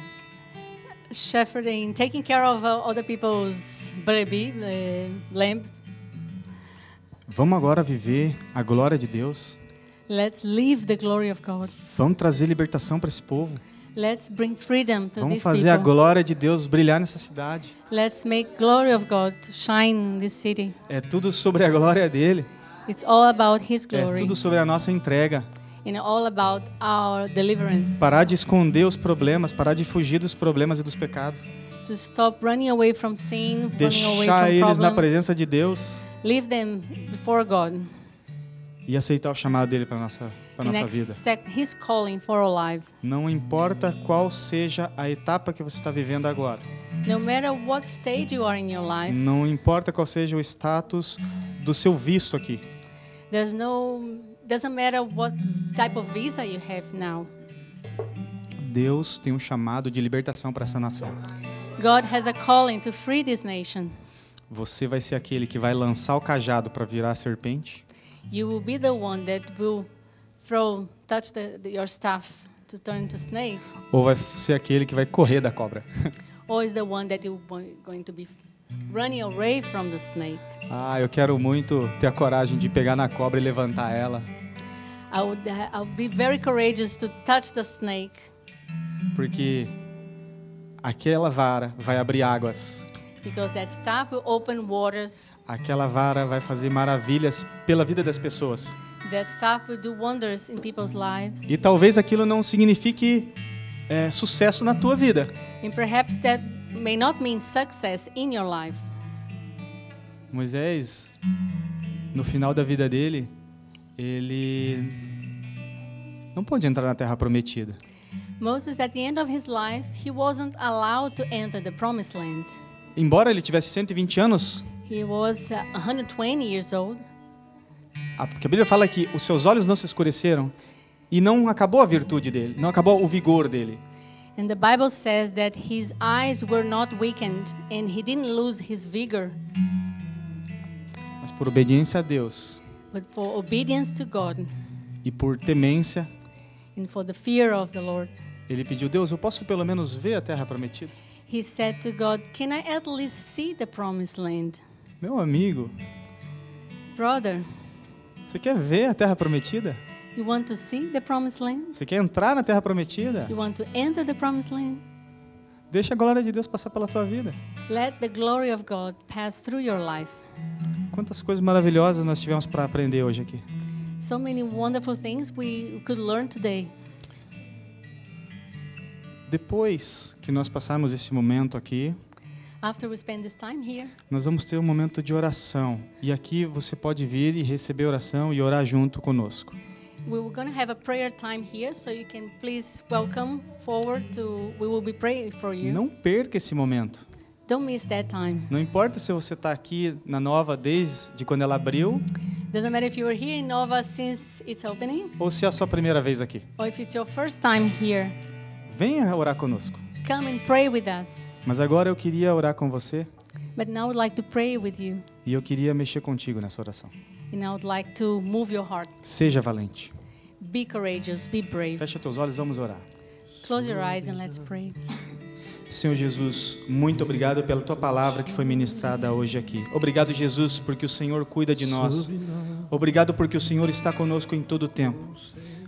B: shepherding, taking care of uh, other people's baby uh, lambs.
A: Vamos agora viver a glória de Deus.
B: Let's live the glory of God.
A: Vamos trazer libertação para esse povo.
B: Let's bring freedom to
A: Vamos
B: these
A: fazer a
B: people.
A: glória de Deus brilhar nessa cidade.
B: Let's make glory of God to shine in this city.
A: É tudo sobre a glória dele.
B: It's all about His
A: É
B: glory
A: tudo sobre a nossa entrega.
B: and all about our deliverance.
A: Parar de esconder os problemas, parar de fugir dos problemas e dos pecados.
B: to stop running away from sin, running away
A: Deixar
B: from
A: eles
B: problems.
A: na presença de Deus
B: Leave them before God
A: e aceitar o chamado dele para nossa para
B: and
A: nossa vida.
B: accept His calling for our lives.
A: Não importa qual seja a etapa que você está vivendo agora.
B: No matter what stage you are in your life,
A: Não importa qual seja o status do seu visto aqui.
B: There's no doesn't matter what type of visa you have now.
A: Deus tem um chamado de libertação para essa nação.
B: God has a calling to free this nation.
A: Você vai ser aquele que vai lançar o cajado para virar a serpente
B: You will be the one that will throw touch the, the- your staff to turn to snake,
A: ou vai ser aquele que vai correr da cobra? *laughs*
B: or is the one that you bo- going to be running away from the snake.
A: ah, eu quero muito ter a coragem de pegar na cobra e levantar ela,
B: I would ha- I'll be very courageous to touch the snake
A: porque aquela vara vai abrir águas.
B: because that staff will open waters.
A: Aquela vara vai fazer maravilhas pela vida das pessoas.
B: That staff will do wonders in people's lives.
A: E talvez aquilo não signifique é, sucesso na tua vida,
B: And perhaps that may not mean success in your life.
A: Moisés, no final da vida dele, ele não pôde entrar na terra prometida.
B: Moses, at the end of his life, he wasn't allowed to enter the promised land.
A: Embora ele tivesse 120 anos,
B: He was uh, 120 years old.
A: a porque a Bíblia fala que os seus olhos não se escureceram e não acabou a virtude dele, não acabou o vigor dele.
B: And the Bible says that his eyes were not weakened and he didn't lose his vigor.
A: Mas por obediência a Deus
B: But for obedience to God
A: e por temência,
B: and for the fear of the Lord,
A: ele pediu: Deus, eu posso pelo menos ver a terra prometida?
B: he said to God, Can I at least see the promised land?
A: Meu amigo,
B: Brother,
A: você quer ver a terra prometida?
B: you want to see the promised land?
A: Você quer entrar na terra prometida?
B: You want to enter the promised land?
A: Deixa a glória de Deus passar pela tua vida.
B: Let the glory of God pass through your life.
A: Quantas coisas maravilhosas nós tivemos para aprender hoje aqui.
B: So many wonderful things we could learn today.
A: Depois que nós passarmos esse momento aqui,
B: After we spend this time here,
A: nós vamos ter um momento de oração. E aqui você pode vir e receber oração e orar junto conosco.
B: we were going to have a prayer time here, so you can please welcome forward to. We will be praying for you.
A: Não perca esse momento.
B: Don't miss that time.
A: Não importa se você está aqui na nova desde de quando ela abriu
B: Doesn't matter if you were here in Nova since it's opening,
A: ou se é a sua primeira vez aqui.
B: or if it's your first time here.
A: Venha orar conosco.
B: Come and pray with us.
A: Mas agora eu queria orar com você
B: But now I would like to pray with you,
A: e eu queria mexer contigo nessa oração.
B: and I would like to move your heart.
A: Seja valente.
B: Be courageous, be brave.
A: Fecha teus olhos, vamos orar.
B: Close your eyes and let's pray.
A: Senhor Jesus, muito obrigado pela tua palavra que foi ministrada hoje aqui. Obrigado, Jesus, porque o Senhor cuida de nós. Obrigado porque o Senhor está conosco em todo o tempo.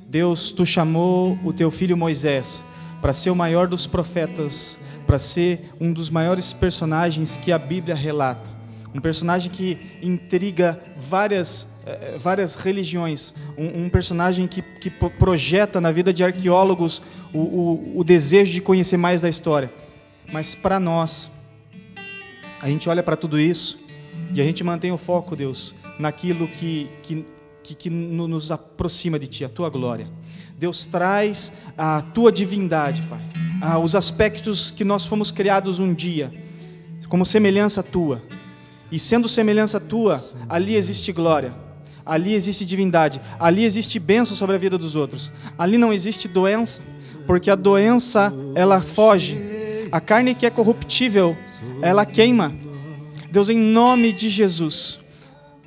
A: Deus, tu chamou o teu filho Moisés para ser o maior dos profetas, para ser um dos maiores personagens que a Bíblia relata. Um personagem que intriga várias, eh, várias religiões. Um, um personagem que, que po- projeta na vida de arqueólogos o, o, o desejo de conhecer mais da história. Mas para nós, a gente olha para tudo isso e a gente mantém o foco, Deus, naquilo que, que, que, que no- nos aproxima de Ti, a Tua glória. Deus traz a Tua divindade, Pai, ah, os aspectos que nós fomos criados um dia, como semelhança Tua. E sendo semelhança Tua, ali existe glória. Ali existe divindade, ali existe bênção sobre a vida dos outros. Ali não existe doença, porque a doença ela foge. A carne que é corruptível, ela queima. Deus, em nome de Jesus,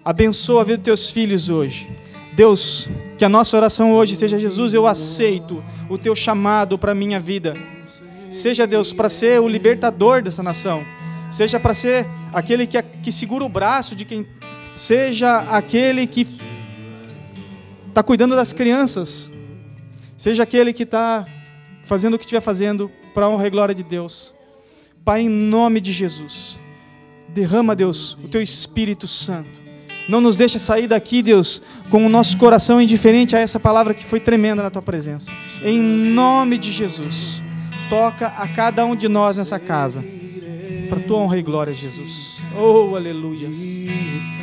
A: abençoa a vida dos teus filhos hoje. Deus, que a nossa oração hoje seja: Jesus, eu aceito o teu chamado para a minha vida. Seja, Deus, para ser o libertador dessa nação. Seja para ser aquele que, é, que segura o braço de quem. Seja aquele que está cuidando das crianças. Seja aquele que está fazendo o que estiver fazendo para a honra e glória de Deus. Pai, em nome de Jesus. Derrama, Deus, o teu Espírito Santo. Não nos deixa sair daqui, Deus, com o nosso coração indiferente a essa palavra que foi tremenda na tua presença. Em nome de Jesus, toca a cada um de nós nessa casa. Para tua honra e glória, Jesus. Oh, aleluia.